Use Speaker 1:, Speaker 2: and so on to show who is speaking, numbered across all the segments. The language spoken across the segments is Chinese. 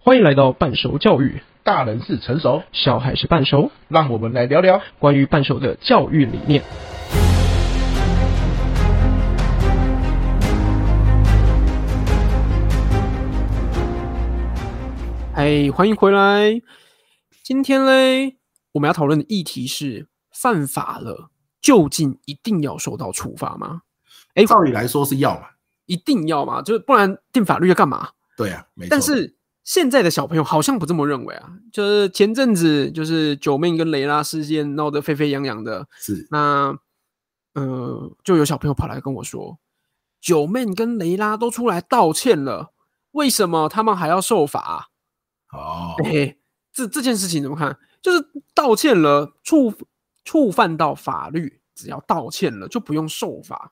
Speaker 1: 欢迎来到半熟教育，
Speaker 2: 大人是成熟，
Speaker 1: 小孩是半熟，
Speaker 2: 让我们来聊聊。
Speaker 1: 关于半熟的教育理念。嗨，哎欢迎回来。今天嘞，我们要讨论的议题是：犯法了，究竟一定要受到处罚吗？哎
Speaker 2: 照理来说是要嘛，
Speaker 1: 一定要吗？就是不然定法律要干嘛？
Speaker 2: 对啊，没错。
Speaker 1: 但是现在的小朋友好像不这么认为啊，就是前阵子就是九妹跟雷拉事件闹得沸沸扬扬的，
Speaker 2: 是
Speaker 1: 那呃，就有小朋友跑来跟我说，九妹跟雷拉都出来道歉了，为什么他们还要受罚、啊？
Speaker 2: 哦，
Speaker 1: 哎、这这件事情怎么看？就是道歉了，触触犯到法律，只要道歉了就不用受罚。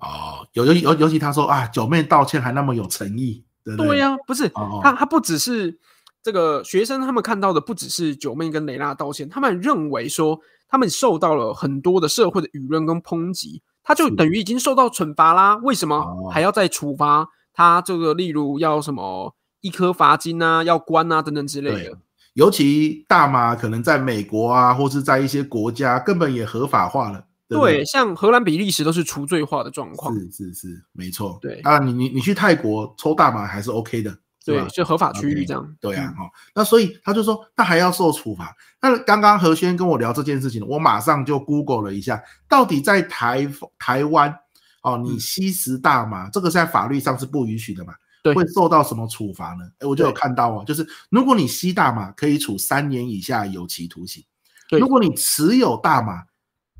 Speaker 2: 哦，尤尤尤尤其他说啊，九妹道歉还那么有诚意，对不
Speaker 1: 对
Speaker 2: 对
Speaker 1: 呀、不是
Speaker 2: 哦哦
Speaker 1: 他，他不只是这个学生，他们看到的不只是九妹跟雷拉道歉，他们认为说他们受到了很多的社会的舆论跟抨击，他就是等于已经受到惩罚啦。为什么
Speaker 2: 哦
Speaker 1: 还要再处罚他？这个例如要什么一颗罚金啊，要关啊等等之类的
Speaker 2: 对。尤其大麻可能在美国啊，或是在一些国家根本也合法化了，对不
Speaker 1: 对，像荷兰、比利时都是除罪化的状况，
Speaker 2: 是是是，没错。
Speaker 1: 对
Speaker 2: 啊，你你你去泰国抽大麻还是 OK 的，是吧
Speaker 1: 对，？是合法区域
Speaker 2: OK，
Speaker 1: 这样。
Speaker 2: 对啊
Speaker 1: 嗯，，
Speaker 2: 哦，那所以他就说，那还要受处罚。那刚刚何轩跟我聊这件事情，我马上就 Google 了一下，到底在台台湾哦，
Speaker 1: 嗯
Speaker 2: 你吸食大麻，这个在法律上是不允许的嘛？
Speaker 1: 对
Speaker 2: 会受到什么处罚呢？哎，我就
Speaker 1: 对
Speaker 2: 有看到哦，就是如果你吸大麻，可以处三年以下有期徒刑；
Speaker 1: 对
Speaker 2: 如果你持有大麻，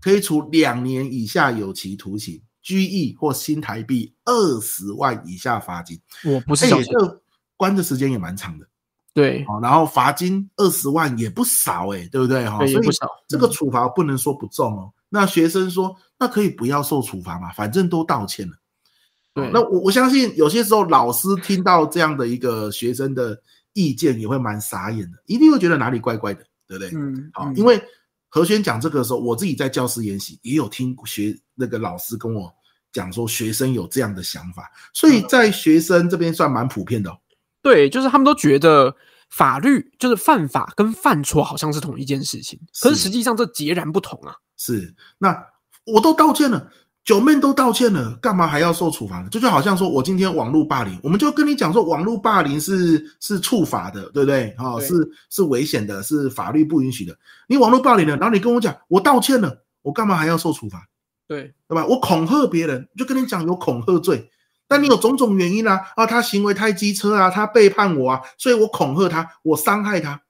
Speaker 2: 可以处两年以下有期徒刑、拘役或新台币二十万以下罚金。
Speaker 1: 我不是
Speaker 2: 哎
Speaker 1: 小
Speaker 2: 这
Speaker 1: 钱，
Speaker 2: 个关的时间也蛮长的。
Speaker 1: 对，
Speaker 2: 哦，然后罚金二十万也不少哎、对不对哈、
Speaker 1: 对也
Speaker 2: 所以
Speaker 1: 不少。
Speaker 2: 这个
Speaker 1: 嗯
Speaker 2: 处罚不能说不重哦。那学生说，那可以不要受处罚嘛，反正都道歉了。哦
Speaker 1: 对，
Speaker 2: 那我我相信有些时候老师听到这样的一个学生的意见，也会蛮傻眼的，一定会觉得哪里怪怪的，对不对？
Speaker 1: 嗯，
Speaker 2: 好、
Speaker 1: 嗯
Speaker 2: 因为何轩讲这个的时候，我自己在教师研习也有听学那个老师跟我讲说，学生有这样的想法，所
Speaker 1: 嗯
Speaker 2: 以在学生这边算蛮普遍的、哦。
Speaker 1: 对，就是他们都觉得法律就是犯法跟犯错好像是同一件事情，可是
Speaker 2: 是
Speaker 1: 实际上这截然不同啊。
Speaker 2: 是，那我都道歉了，九妹都道歉了，干嘛还要受处罚呢？这就好像说我今天网络霸凌，我们就跟你讲说网络霸凌是是处罚的，对不对？哦，
Speaker 1: 对
Speaker 2: 是是危险的，是法律不允许的。你网络霸凌了，然后你跟我讲我道歉了，我干嘛还要受处罚？
Speaker 1: 对
Speaker 2: 对吧？我恐吓别人，就跟你讲有恐吓罪。但你有种种原因啊，啊，他行为太机车啊，他背叛我啊，所以我恐吓他，我伤害他。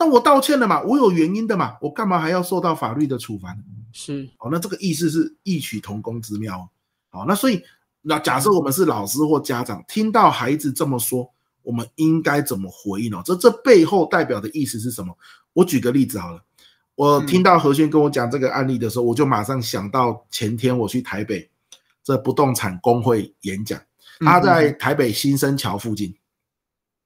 Speaker 2: 那我道歉了嘛，我有原因的嘛，我干嘛还要受到法律的处罚呢？
Speaker 1: 是，
Speaker 2: 哦，那这个意思是异曲同工之妙哦。好，那所以那假设我们是老师或家长，听到孩子这么说，我们应该怎么回应哦？这这背后代表的意思是什么？我举个例子好了，我
Speaker 1: 嗯
Speaker 2: 听到何轩跟我讲这个案例的时候，我就马上想到前天我去台北这不动产工会演讲，他
Speaker 1: 嗯
Speaker 2: 在台北新生桥附近，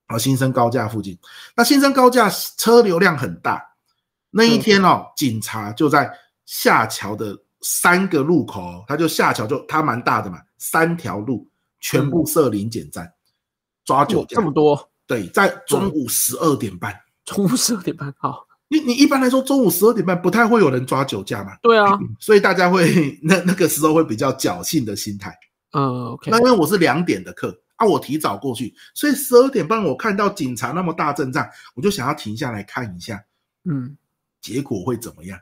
Speaker 2: 啊，新生高架附近。那新生高架车流量很大，那一天哦，警察就在下桥的三个路口哦，他就下桥就他蛮大的嘛，三条路全部设临检站，抓酒
Speaker 1: 哇
Speaker 2: 驾
Speaker 1: 这。么多，嗯
Speaker 2: 对，在中午十二点半。
Speaker 1: 中午十二点半，好，
Speaker 2: 你你一般来说中午十二点半不太会有人抓酒驾嘛，
Speaker 1: 对啊，
Speaker 2: 所以大家会 那那个时候会比较侥幸的心态。
Speaker 1: 嗯，OK，
Speaker 2: 那因为我是两点的课啊，我提早过去，所以十二点半我看到警察那么大阵仗，我就想要停下来看一下
Speaker 1: 嗯
Speaker 2: 结果会怎么样。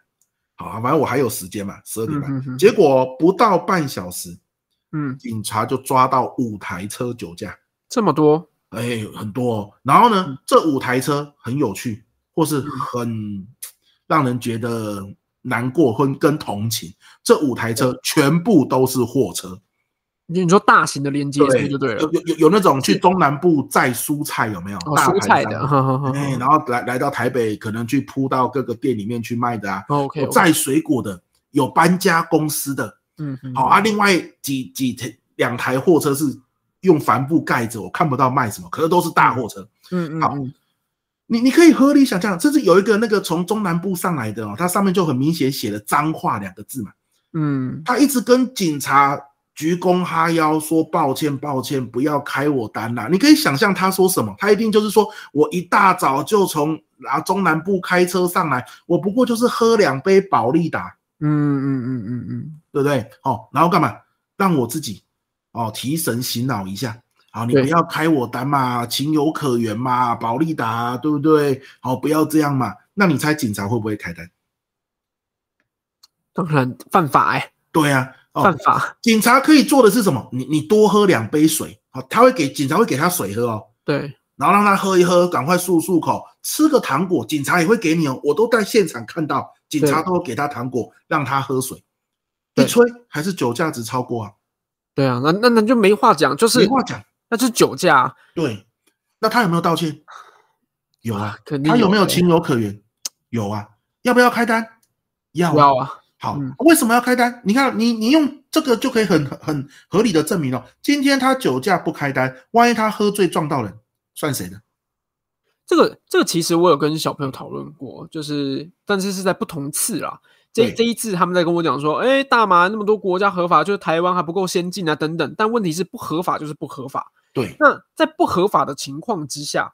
Speaker 2: 好、啊，反正我还有时间嘛，十二点
Speaker 1: 嗯
Speaker 2: 半。
Speaker 1: 嗯嗯
Speaker 2: 结果不到半小时，
Speaker 1: 嗯，
Speaker 2: 警察就抓到五台车酒驾，
Speaker 1: 这么多，
Speaker 2: 哎，很多、哦。然后
Speaker 1: 嗯
Speaker 2: 呢，这五台车很有趣，或是很让人觉得难过或跟同情。这五台车全部都是货车，
Speaker 1: 你说大型的连接车就对了
Speaker 2: 有，有有有那种去中南部摘蔬菜有没有？
Speaker 1: 哦，
Speaker 2: 大
Speaker 1: 蔬
Speaker 2: 盘
Speaker 1: 菜
Speaker 2: 商
Speaker 1: 的，哈哈哈
Speaker 2: 哎，
Speaker 1: 哈
Speaker 2: 然后来来到台北，可能去铺到各个店里面去卖的啊，
Speaker 1: ，OK，
Speaker 2: 有摘水果的，有搬家公司的，
Speaker 1: 嗯，嗯
Speaker 2: 好、，啊，另外几几台两台货车是用帆布盖着，我看不到卖什么，可是都是大货车。
Speaker 1: 嗯嗯
Speaker 2: 好
Speaker 1: 嗯，
Speaker 2: 你你可以合理想象，甚至有一个那个从中南部上来的哦，它上面就很明显写了“脏话”两个字嘛，
Speaker 1: 嗯，
Speaker 2: 他一直跟警察鞠躬哈腰说抱歉，抱歉，不要开我单啦。你可以想象他说什么，他一定就是说我一大早就从啊中南部开车上来，我不过就是喝两杯保利达，
Speaker 1: 嗯嗯嗯嗯嗯，
Speaker 2: 对不对？哦，然后干嘛让我自己哦提神醒脑一下。好，你
Speaker 1: 对
Speaker 2: 不要开我单嘛，情有可原嘛，保利达啊对不对？好，不要这样嘛。那你猜警察会不会开单？
Speaker 1: 当然犯法哎、
Speaker 2: 对啊，哦，
Speaker 1: 犯法，
Speaker 2: 警察可以做的是什么？你你多喝两杯水，好，他会给警察会给他水喝哦，
Speaker 1: 对
Speaker 2: 然后让他喝一喝，赶快漱漱口，吃个糖果，警察也会给你哦。我都在现场看到，警察
Speaker 1: 对
Speaker 2: 都会给他糖果，让他喝水。一
Speaker 1: 对
Speaker 2: 吹还是酒驾值超过啊，
Speaker 1: 对啊，那那那就没话讲，就是
Speaker 2: 没话讲。
Speaker 1: 那就是酒驾，
Speaker 2: 对，那他有没有道歉？有啊，
Speaker 1: 肯定
Speaker 2: 他有没有
Speaker 1: 哎
Speaker 2: 情有可原？有啊，要不要开单？要啊
Speaker 1: 要啊？
Speaker 2: 好
Speaker 1: 嗯，
Speaker 2: 为什么要开单？你看，你你用这个就可以很很合理的证明了。今天他酒驾不开单，万一他喝醉撞到人，算谁的？
Speaker 1: 这个这个其实我有跟小朋友讨论过，就是但是是在不同次啦。这
Speaker 2: 对
Speaker 1: 这一次他们在跟我讲说，哎，大麻那么多国家合法，就是台湾还不够先进啊，等等。但问题是不合法就是不合法。
Speaker 2: 对
Speaker 1: 那在不合法的情况之下，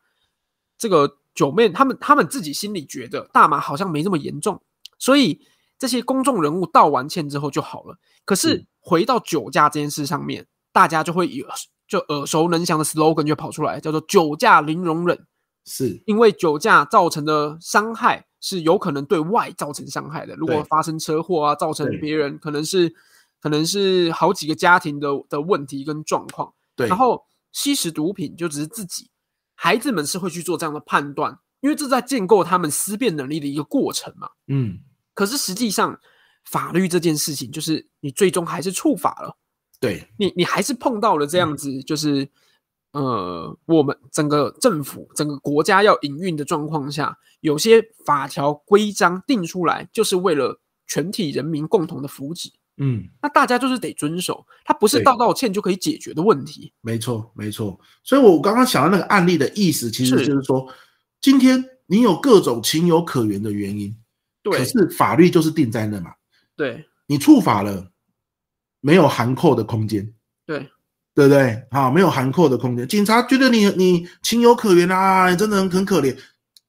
Speaker 1: 这个九妹他们他们自己心里觉得大麻好像没那么严重，所以这些公众人物道完歉之后就好了。可是
Speaker 2: 嗯
Speaker 1: 回到酒驾这件事上面，大家就会有就耳熟能详的 slogan 就跑出来，叫做“酒驾零容忍”。
Speaker 2: 是，
Speaker 1: 因为酒驾造成的伤害是有可能对外造成伤害的。如果
Speaker 2: 对
Speaker 1: 发生车祸啊，造成
Speaker 2: 对
Speaker 1: 别人可能是可能是好几个家庭的的问题跟状况。
Speaker 2: 对，
Speaker 1: 然后吸食毒品就只是自己，孩子们是会去做这样的判断，因为这在建构他们思辨能力的一个过程嘛。
Speaker 2: 嗯，
Speaker 1: 可是实际上，法律这件事情就是你最终还是触法了。
Speaker 2: 对
Speaker 1: 你你还是碰到了这样
Speaker 2: 嗯
Speaker 1: 子，就是呃，我们整个政府、整个国家要营运的状况下，有些法条规章定出来，就是为了全体人民共同的福祉，
Speaker 2: 嗯，
Speaker 1: 那大家就是得遵守，它不是
Speaker 2: 对
Speaker 1: 道道歉就可以解决的问题。
Speaker 2: 没错没错。所以我刚刚想到那个案例的意思，其实
Speaker 1: 是
Speaker 2: 就是说，今天你有各种情有可原的原因，
Speaker 1: 对
Speaker 2: 可是法律就是定在那嘛，
Speaker 1: 对
Speaker 2: 你触法了，没有含扣的空间。
Speaker 1: 对
Speaker 2: 对不对？好，没有含扣的空间。警察觉得你你情有可原啊，你真的很很可怜，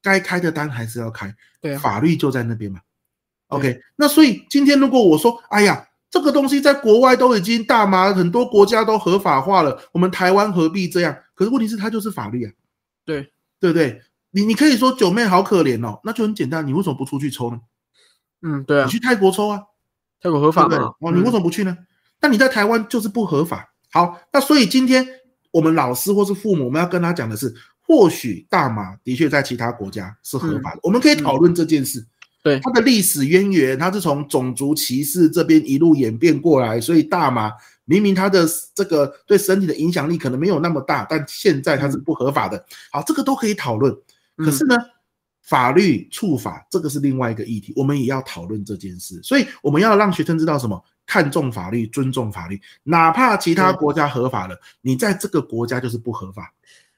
Speaker 2: 该开的单还是要开，
Speaker 1: 对啊，
Speaker 2: 法律就在那边嘛。
Speaker 1: 对啊
Speaker 2: OK，那所以今天如果我说，哎呀，这个东西在国外都已经大麻，很多国家都合法化了，我们台湾何必这样？可是问题是，它就是法律啊，
Speaker 1: 对
Speaker 2: 对不对？你你可以说九妹好可怜哦，那就很简单，你为什么不出去抽呢？
Speaker 1: 嗯，对啊
Speaker 2: 你，去泰国抽啊，
Speaker 1: 泰国合
Speaker 2: 对
Speaker 1: 法
Speaker 2: 不对
Speaker 1: 嘛？
Speaker 2: 哦，你为什
Speaker 1: 嗯
Speaker 2: 么不去呢？那你在台湾就是不合法。好，那所以今天我们老师或是父母，我们要跟他讲的是，或许大麻的确在其他国家是合法的，我们可以讨论这件事。
Speaker 1: 嗯对
Speaker 2: 它的历史渊源，它是从种族歧视这边一路演变过来，所以大麻明明它的这个对身体的影响力可能没有那么大，但现在
Speaker 1: 嗯
Speaker 2: 它是不合法的。好，这个都可以讨论。可是呢，法律触法这个是另外一个议题，我们也要讨论这件事。所以我们要让学生知道什么？看重法律，尊重法律，哪怕其他
Speaker 1: 对
Speaker 2: 国家合法了，你在这个国家就是不合法。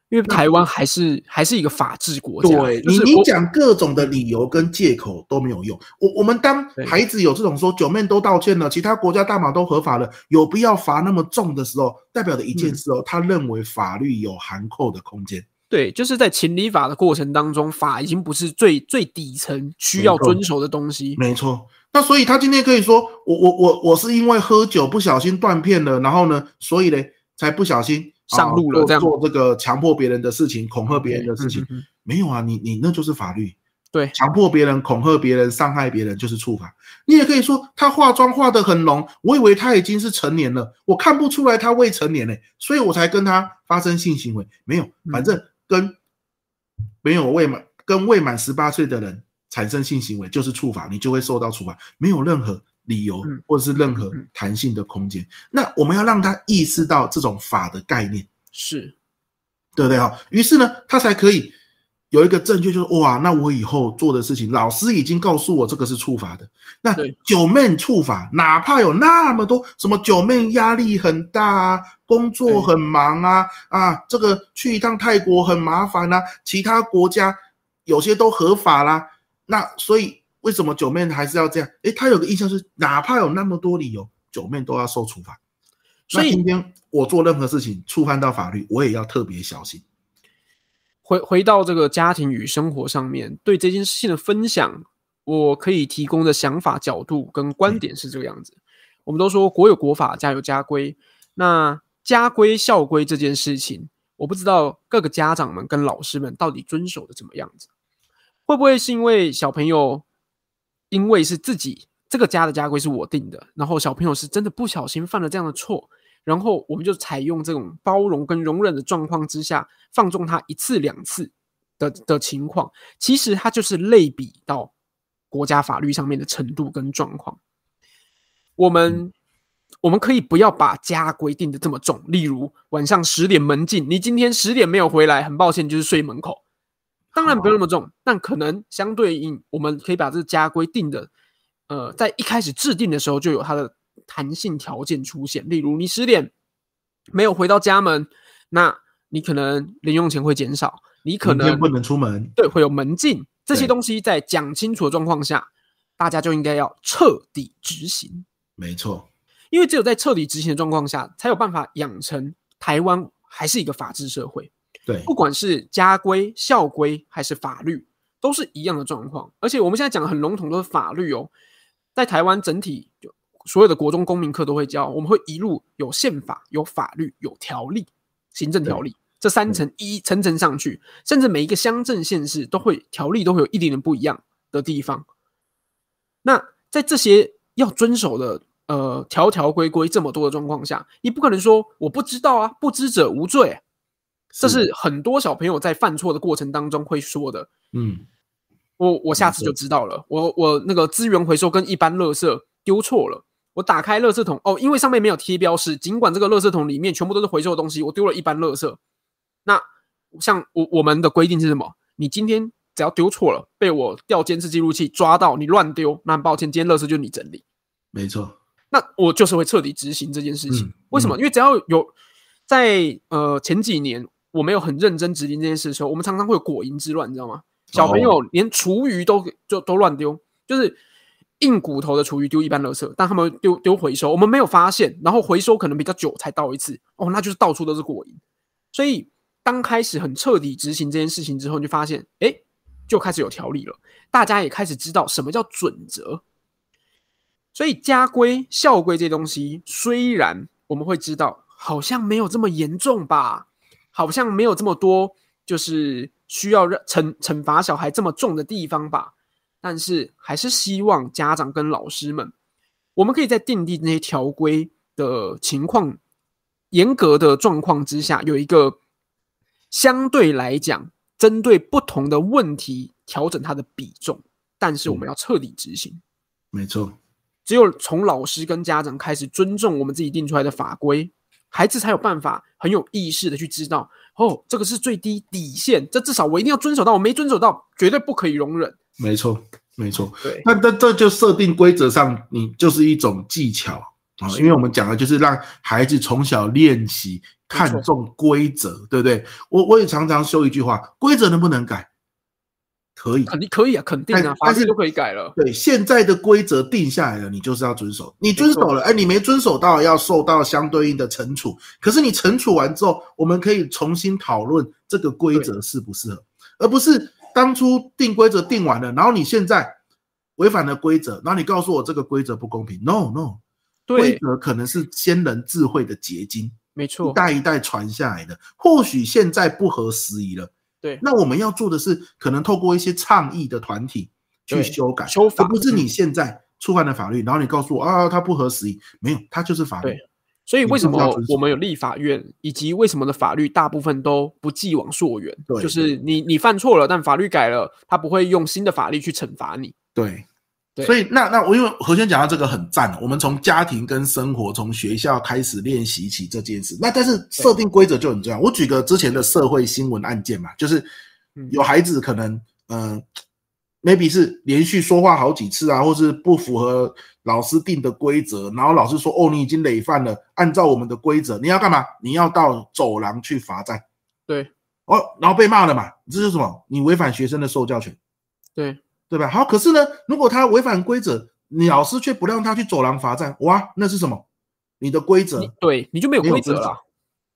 Speaker 1: 因为台湾还是还是一个法治国家，
Speaker 2: 对
Speaker 1: 就
Speaker 2: 你，
Speaker 1: 是
Speaker 2: 你
Speaker 1: 我
Speaker 2: 讲各种的理由跟借口都没有用。我我们当
Speaker 1: 对
Speaker 2: 孩子有这种说九妹都道歉了，其他国家大麻都合法了，有必要罚那么重的时候，代表的一
Speaker 1: 嗯
Speaker 2: 件事哦，他认为法律有含扣的空间。
Speaker 1: 对，就是在情理法的过程当中，法已经不是最最底层需要
Speaker 2: 没错
Speaker 1: 遵守的东西。
Speaker 2: 没错。那所以他今天可以说，我我我我是因为喝酒不小心断片了，然后呢，所以呢才不小心啊
Speaker 1: 上路了
Speaker 2: 做
Speaker 1: 这样
Speaker 2: 做这个强迫别人的事情，恐吓别人的事情
Speaker 1: 嗯。嗯嗯
Speaker 2: 没有啊，你你那就是法律，
Speaker 1: 对
Speaker 2: 强迫别人、恐吓别人、伤害别人就是处罚。你也可以说他化妆化得很浓，我以为他已经是成年了，我看不出来他未成年呢、所以我才跟他发生性行为。没有，
Speaker 1: 嗯
Speaker 2: 反正跟没有未满跟未满十八岁的人产生性行为就是处罚，你就会受到处罚，没有任何理由
Speaker 1: 嗯
Speaker 2: 或者是任何
Speaker 1: 嗯嗯
Speaker 2: 弹性的空间。那我们要让他意识到这种法的概念。
Speaker 1: 是，
Speaker 2: 对不对哈？于是呢，他才可以有一个证据，就是哇，那我以后做的事情，老师已经告诉我这个是处罚的。那
Speaker 1: 对
Speaker 2: 九妹处罚，哪怕有那么多什么九妹压力很大啊，工作很忙啊，啊，这个去一趟泰国很麻烦啊，其他国家有些都合法啦。那所以为什么九妹还是要这样？诶，他有个印象是，哪怕有那么多理由，九妹都要受处罚。
Speaker 1: 所以
Speaker 2: 那今天我做任何事情触犯到法律，我也要特别小心。
Speaker 1: 回回到这个家庭与生活上面，对这件事情的分享，我可以提供的想法、角度跟观点是这个样子。我们都说国有国法，家有家规，那家规、校规这件事情，我不知道各个家长们跟老师们到底遵守的怎么样子。会不会是因为小朋友，因为是自己这个家的家规是我定的，然后小朋友是真的不小心犯了这样的错，然后我们就采用这种包容跟容忍的状况之下，放纵他一次两次的的情况，其实它就是类比到国家法律上面的程度跟状况。我
Speaker 2: 嗯
Speaker 1: 们我们可以不要把家规定的这么重，例如晚上十点门禁，你今天十点没有回来，很抱歉，就是睡门口。当然不用那么重，但可能相对应，我们可以把这个家规定的，呃，在一开始制定的时候就有它的弹性条件出现。例如，你十点没有回到家门，那你可能零用钱会减少，你可
Speaker 2: 明天
Speaker 1: 能
Speaker 2: 不能出门，
Speaker 1: 对会有门禁这些
Speaker 2: 对
Speaker 1: 东西，在讲清楚的状况下，大家就应该要彻底执行。
Speaker 2: 没错，
Speaker 1: 因为只有在彻底执行的状况下，才有办法养成台湾还是一个法治社会。
Speaker 2: 对
Speaker 1: 不管是家规、校规还是法律，都是一样的状况。而且我们现在讲的很笼统，都是法律哦。在台湾整体就所有的国中公民课都会教，我们会一路有宪法、有法律、有条例、行政条例这三层一一层层上去，甚至每一个乡镇县市都会条例都会有一点点不一样的地方。那在这些要遵守的呃条条规规这么多的状况下，你不可能说我不知道啊，不知者无罪啊、这是很多小朋友在犯错的过程当中会说的。
Speaker 2: 嗯，
Speaker 1: 我我下次就知道了，我我那个资源回收跟一般垃圾丢错了。我打开垃圾桶，哦，因为上面没有贴标识，尽管这个垃圾桶里面全部都是回收的东西，我丢了一般垃圾。那像我我们的规定是什么？你今天只要丢错了，被我调监视记录器抓到你乱丢，那很抱歉，今天垃圾就是你整理。
Speaker 2: 没错，
Speaker 1: 那我就是会彻底执行这件事情。
Speaker 2: 嗯
Speaker 1: 为什么？因为只要有在呃前几年我没有很认真执行这件事的时候，我们常常会有果蝇之乱，你知道吗？小
Speaker 2: 哦
Speaker 1: 朋友连厨余都就都乱丢，就是硬骨头的厨余丢一般垃圾，但他们丢丢回收，我们没有发现，然后回收可能比较久才倒一次，哦，那就是到处都是果蝇。所以当开始很彻底执行这件事情之后，你就发现，哎，就开始有条理了，大家也开始知道什么叫准则，所以家规、校规这东西，虽然我们会知道，好像没有这么严重吧，好像没有这么多，就是需要让惩惩罚小孩这么重的地方吧，但是还是希望家长跟老师们，我们可以在订立那些条规的情况严格的状况之下，有一个相对来讲针对不同的问题调整它的比重，但是我们要彻底执行。
Speaker 2: 没错，
Speaker 1: 只有从老师跟家长开始尊重我们自己定出来的法规，孩子才有办法很有意识的去知道，哦，这个是最低底线，这至少我一定要遵守到，我没遵守到，绝对不可以容忍。
Speaker 2: 没错，没错。
Speaker 1: 对，
Speaker 2: 那这这就设定规则上，你就是一种技巧啊，
Speaker 1: 是
Speaker 2: 因为我们讲的就是让孩子从小练习看重规则，对不对？我我也常常说一句话：规则能不能改？可以。
Speaker 1: 肯定可以啊，肯定啊
Speaker 2: 但，
Speaker 1: 法
Speaker 2: 但是
Speaker 1: 律都可以改了。
Speaker 2: 对，现在的规则定下来了，你就是要遵守。你遵守了，哎，你没遵守到，要受到相对应的惩处。可是你惩处完之后，我们可以重新讨论这个规则适不适合，而不是当初定规则定完了，然后你现在违反了规则，然后你告诉我这个规则不公平。No No，规
Speaker 1: 对，
Speaker 2: 则可能是先人智慧的结晶，
Speaker 1: 没错
Speaker 2: 一，代一代传下来的。或许现在不合时宜了，
Speaker 1: 对
Speaker 2: 那我们要做的是，可能透过一些倡议的团体去
Speaker 1: 对
Speaker 2: 修改，
Speaker 1: 修法嗯
Speaker 2: 而不是你现在触犯了法律，然后你告诉我啊，它不合时宜，没有，它就是法律
Speaker 1: 对。所以为什
Speaker 2: 你就是
Speaker 1: 么
Speaker 2: 要遵守
Speaker 1: 我们有立法院，以及为什么的法律大部分都不既往溯源？
Speaker 2: 对
Speaker 1: 就是你你犯错了，但法律改了，他不会用新的法律去惩罚你。
Speaker 2: 对，
Speaker 1: 对
Speaker 2: 所以那那我因为何轩讲到这个很赞，我们从家庭跟生活，从学校开始练习起这件事。那但是设定规则就很重要。我举个之前的社会新闻案件嘛，就是
Speaker 1: 嗯
Speaker 2: 有孩子可能嗯、呃 maybe 是连续说话好几次啊，或是不符合老师定的规则，然后老师说哦你已经累犯了，按照我们的规则你要干嘛？你要到走廊去罚站。
Speaker 1: 对
Speaker 2: 哦，然后被骂了嘛，这是什么？你违反学生的受教权。
Speaker 1: 对，
Speaker 2: 对吧？好，可是呢，如果他违反规则，你老师却不让他去走廊罚站，哇，那是什么？你的规则
Speaker 1: 你对你就没有
Speaker 2: 没有
Speaker 1: 规则
Speaker 2: 规则
Speaker 1: 了。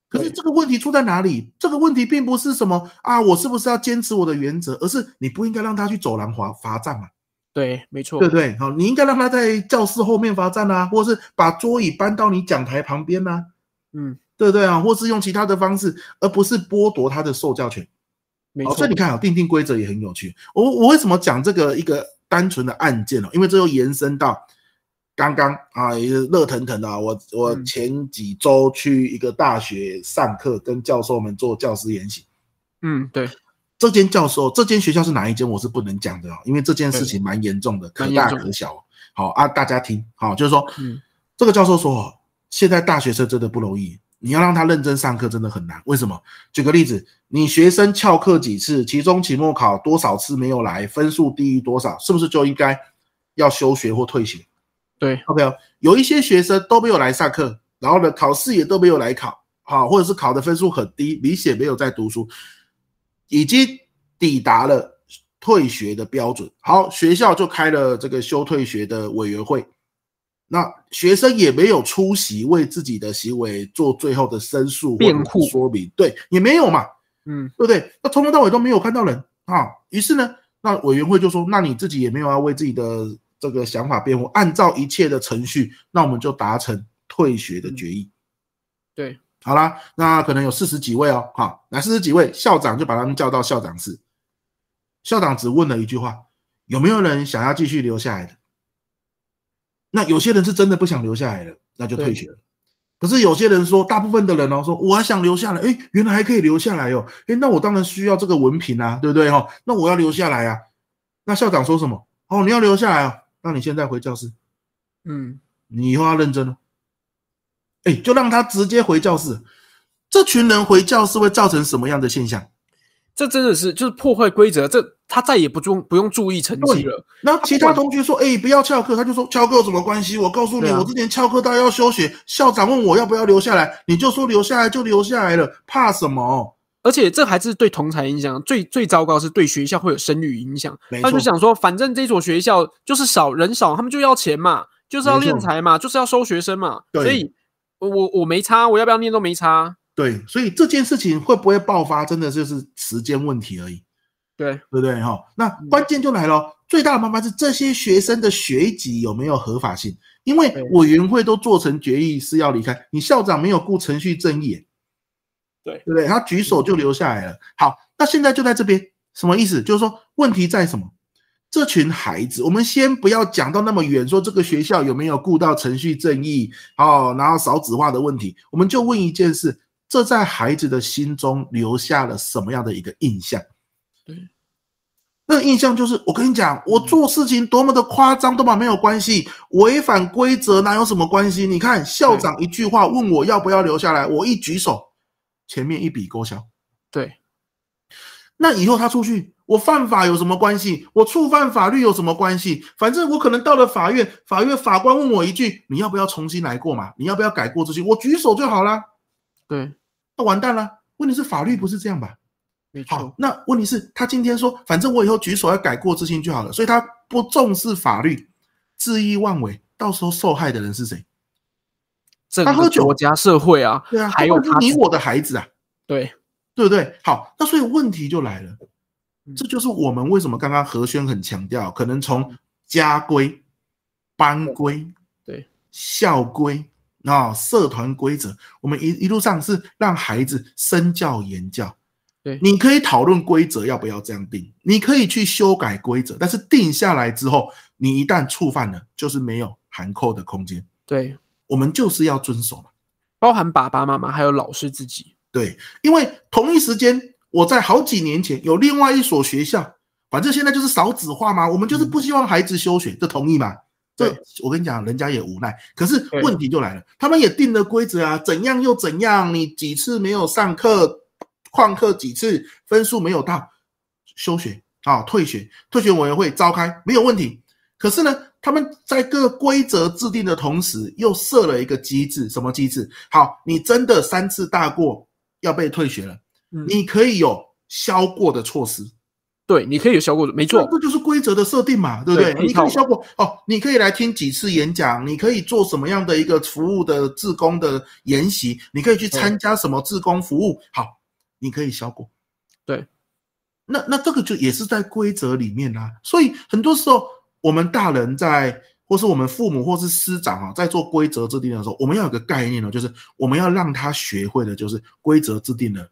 Speaker 2: 可是这个问题出在哪里？这个问题并不是什么啊，我是不是要坚持我的原则，而是你不应该让他去走廊罚罚站嘛，
Speaker 1: 对，没错
Speaker 2: 对，不对？好，你应该让他在教室后面罚站啊，或是把桌椅搬到你讲台旁边啊，
Speaker 1: 嗯，
Speaker 2: 对不对啊？或是用其他的方式，而不是剥夺他的受教权。
Speaker 1: 没
Speaker 2: 好，
Speaker 1: 错
Speaker 2: 所以你，看啊，定定规则也很有趣。我我为什么讲这个一个单纯的案件呢、哦因为这又延伸到刚刚啊，也是热腾腾的、啊。我我
Speaker 1: 嗯
Speaker 2: 前几周去一个大学上课，跟教授们做教师研习。
Speaker 1: 嗯，对，
Speaker 2: 这间教授，这间学校是哪一间，我是不能讲的哦，因为这件事情蛮严重的，可
Speaker 1: 蛮严
Speaker 2: 大
Speaker 1: 重的
Speaker 2: 可小哦。好啊，大家听好，就是说，
Speaker 1: 嗯
Speaker 2: 这个教授说，哦，现在大学生真的不容易，你要让他认真上课真的很难。为什么？举个例子，你学生翘课几次，期中、期末考多少次没有来，分数低于多少，是不是就应该要休学或退学？
Speaker 1: 对，
Speaker 2: OK，哦有一些学生都没有来上课，然后呢，考试也都没有来考，好、或者是考的分数很低，明显没有在读书，已经抵达了退学的标准。好，学校就开了这个休退学的委员会，那学生也没有出席为自己的行为做最后的申诉或者
Speaker 1: 辩护
Speaker 2: 是说明，对，也没有嘛，
Speaker 1: 嗯，
Speaker 2: 对不对？那从头到尾都没有看到人啊。于是呢，那委员会就说：“那你自己也没有要为自己的这个想法辩护，按照一切的程序，那我们就达成退学的决议。
Speaker 1: 对，
Speaker 2: 好啦，那可能有四十几位哦，哈，那四十几位校长就把他们叫到校长室，校长只问了一句话：有没有人想要继续留下来的？那有些人是真的不想留下来了，那就退
Speaker 1: 对
Speaker 2: 学了。可是有些人说，大部分的人哦，说我还想留下来，诶，原来还可以留下来哦，诶，那我当然需要这个文凭啊，对不对哦？那我要留下来啊。那校长说什么？哦，你要留下来哦，那你现在回教室，
Speaker 1: 嗯，
Speaker 2: 你以后要认真哦。哎，就让他直接回教室。这群人回教室会造成什么样的现象？
Speaker 1: 这真的是就是破坏规则，这他再也不注不用注意成绩了，
Speaker 2: 那其他同学说：“哎、不要翘课。”他就说：“翘课有什么关系？我告诉你，
Speaker 1: 对啊
Speaker 2: 我之前翘课到要休学，校长问我要不要留下来，你就说留下来就留下来了，怕什么
Speaker 1: 而且这还是对同才影响，最最糟糕是对学校会有声誉影响。？”
Speaker 2: 没
Speaker 1: 他就
Speaker 2: 错，
Speaker 1: 想说，反正这所学校就是少人少，他们就要钱嘛，就是要
Speaker 2: 没错
Speaker 1: 练才嘛，就是要收学生嘛，
Speaker 2: 对
Speaker 1: 所以我我我没差，我要不要念都没差。
Speaker 2: 对，所以这件事情会不会爆发，真的就是时间问题而已，
Speaker 1: 对，
Speaker 2: 对不对？哈，那关键就来了，哦最大的麻烦是这些学生的学籍有没有合法性？因为
Speaker 1: 对
Speaker 2: 委员会都做成决议是要离开，你校长没有顾程序正义，
Speaker 1: 对
Speaker 2: 对不对？他举手就留下来了。好，那现在就在这边，什么意思？就是说问题在什么？这群孩子，我们先不要讲到那么远，说这个学校有没有顾到程序正义哦，然后少子化的问题，我们就问一件事：这在孩子的心中留下了什么样的一个印象？
Speaker 1: 对，
Speaker 2: 那个印象就是，我跟你讲，我做事情多么的夸张，多么没有关系，违反规则哪有什么关系？你看校长一句话问我要不要留下来，我一举手，前面一笔勾销。
Speaker 1: 对，
Speaker 2: 那以后他出去，我犯法有什么关系？我触犯法律有什么关系？反正我可能到了法院，法院法官问我一句：“你要不要重新来过嘛？你要不要改过自新？”我举手就好啦。
Speaker 1: 对，
Speaker 2: 那完蛋了。问题是法律不是这样吧？
Speaker 1: 没
Speaker 2: 好
Speaker 1: 错，，
Speaker 2: 那问题是，他今天说，反正我以后举手要改过自新就好了，所以他不重视法律，恣意妄为，到时候受害的人是谁？
Speaker 1: 整
Speaker 2: 他喝
Speaker 1: 个
Speaker 2: 酒
Speaker 1: 国家社会啊，
Speaker 2: 对啊，
Speaker 1: 还有
Speaker 2: 根本
Speaker 1: 他
Speaker 2: 是你
Speaker 1: 自
Speaker 2: 我的孩子啊，
Speaker 1: 对，
Speaker 2: 对不对？好，那所以问题就来了
Speaker 1: 嗯，
Speaker 2: 这就是我们为什么刚刚何轩很强调，可能从家规、班规、
Speaker 1: 对
Speaker 2: 校规啊、社团规则，我们一一路上是让孩子身教言教。
Speaker 1: 对
Speaker 2: 你可以讨论规则要不要这样定，你可以去修改规则，但是定下来之后，你一旦触犯了，就是没有函扣的空间。
Speaker 1: 对，
Speaker 2: 我们就是要遵守嘛。
Speaker 1: 包含爸爸妈妈还有老师自己，
Speaker 2: 对，因为同一时间，我在好几年前有另外一所学校，反正现在就是少子化嘛，我们就是不希望孩子休学，这同意吗？这
Speaker 1: 嗯对
Speaker 2: 我跟你讲，人家也无奈。可是
Speaker 1: 对
Speaker 2: 问题就来了，他们也定了规则啊，怎样又怎样，你几次没有上课，旷课几次，分数没有到，休学啊，退学，退学委员会召开没有问题。可是呢，他们在各规则制定的同时，又设了一个机制，什么机制？好，你真的三次大过要被退学了，
Speaker 1: 嗯
Speaker 2: 你可以有消过的措施，
Speaker 1: 对，你可以有小果子，没错
Speaker 2: 那，这就是规则的设定嘛，对不对？
Speaker 1: 对配
Speaker 2: 你
Speaker 1: 套
Speaker 2: 可
Speaker 1: 嘛
Speaker 2: 以效果哦，你可以来听几次演讲，你可以做什么样的一个服务的志工的研习，你可以去参加什么志工服务，好，你可以效果。
Speaker 1: 对，
Speaker 2: 那那这个就也是在规则里面啦、所以很多时候我们大人在。或是我们父母或是师长啊，在做规则制定的时候，我们要有个概念呢，哦就是我们要让他学会的，就是规则制定了，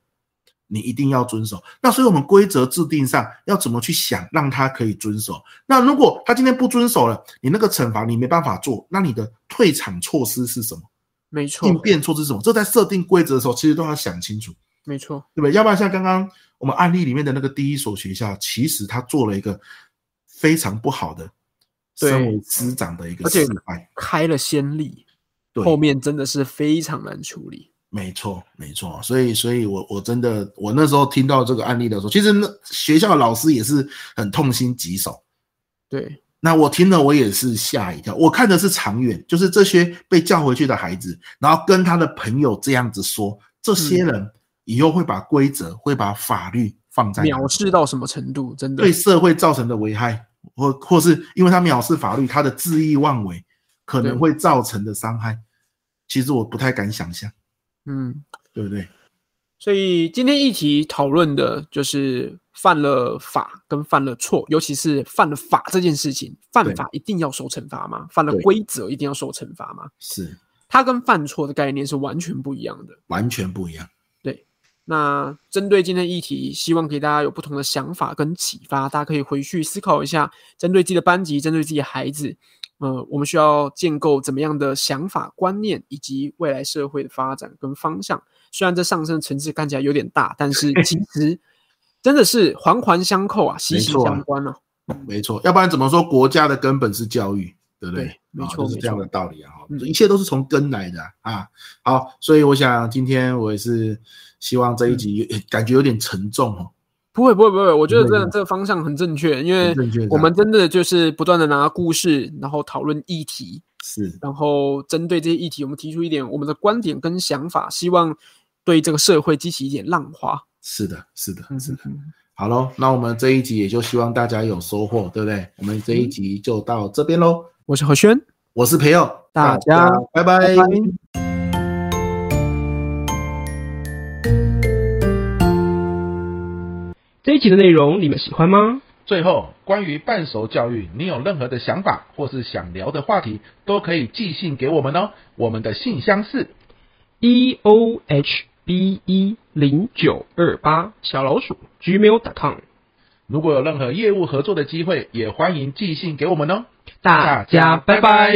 Speaker 2: 你一定要遵守。那所以，我们规则制定上要怎么去想，让他可以遵守？那如果他今天不遵守了，你那个惩罚你没办法做，那你的退场措施是什么？
Speaker 1: 没错
Speaker 2: 应，变措施是什么？这在设定规则的时候，其实都要想清楚，
Speaker 1: 没错，
Speaker 2: 对不对？要不然像刚刚我们案例里面的那个第一所学校，其实他做了一个非常不好的
Speaker 1: 对
Speaker 2: 身为师长的一个
Speaker 1: 而且
Speaker 2: 示范。
Speaker 1: 开了先例，
Speaker 2: 对，
Speaker 1: 后面真的是非常难处理。
Speaker 2: 没错，没错，所以，所以我我真的，我那时候听到这个案例的时候，其实那学校老师也是很痛心疾首。
Speaker 1: 对，
Speaker 2: 那我听了，我也是吓一跳。我看的是长远，就是这些被叫回去的孩子，然后跟他的朋友这样子说，这
Speaker 1: 嗯
Speaker 2: 些人以后会把规则、会把法律放在哪里
Speaker 1: 藐视到什么程度？真的
Speaker 2: 对社会造成的危害，或或是因为他藐视法律，他的恣意妄为可能
Speaker 1: 对
Speaker 2: 会造成的伤害，其实我不太敢想象，
Speaker 1: 嗯，
Speaker 2: 对不对？
Speaker 1: 所以今天议题讨论的就是犯了法跟犯了错，尤其是犯了法这件事情，犯
Speaker 2: 对
Speaker 1: 法一定要受惩罚吗？犯了
Speaker 2: 对
Speaker 1: 规则一定要受惩罚吗？
Speaker 2: 是
Speaker 1: 它跟犯错的概念是完全不一样的。
Speaker 2: 完全不一样。
Speaker 1: 那针对今天议题，希望给大家有不同的想法跟启发，大家可以回去思考一下，针对自己的班级，针对自己的孩子，呃，我们需要建构怎么样的想法、观念，以及未来社会的发展跟方向。虽然这上升层次看起来有点大，但是其实真的是环环相扣啊，息
Speaker 2: 没
Speaker 1: 息
Speaker 2: 错啊
Speaker 1: 相关啊。
Speaker 2: 没错，要不然怎么说国家的根本是教育，对不对？
Speaker 1: 对没
Speaker 2: 啊
Speaker 1: 错
Speaker 2: 就是这样的道理啊，
Speaker 1: 没错嗯
Speaker 2: 一切都是从根来的啊啊好，所以我想今天我也是希望这一集、
Speaker 1: 嗯
Speaker 2: 感觉有点沉重哦，
Speaker 1: 不会不会不会，我觉得
Speaker 2: 没
Speaker 1: 这
Speaker 2: 有
Speaker 1: 这个方向很正确，因为
Speaker 2: 很正确的
Speaker 1: 我们真的就是不断的拿故事，然后讨论议题，
Speaker 2: 是
Speaker 1: 然后针对这些议题，我们提出一点我们的观点跟想法，希望对这个社会激起一点浪花。
Speaker 2: 是的，是的，是的。
Speaker 1: 嗯，
Speaker 2: 好喽，那我们这一集也就希望大家有收获，对不对？
Speaker 1: 嗯
Speaker 2: 我们这一集就到这边喽，
Speaker 1: 我是何轩，
Speaker 2: 我是培佑，
Speaker 1: 大家
Speaker 2: 拜
Speaker 1: 拜
Speaker 2: 拜
Speaker 1: 拜
Speaker 3: 这一集的内容你们喜欢吗？
Speaker 4: 最后，关于半熟教育，你有任何的想法或是想聊的话题，都可以寄信给我们哦。我们的信箱是
Speaker 3: e o h b e 零九二八小老鼠 gmail.com，
Speaker 4: 如果有任何业务合作的机会，也欢迎寄信给我们哦。
Speaker 3: 大家拜拜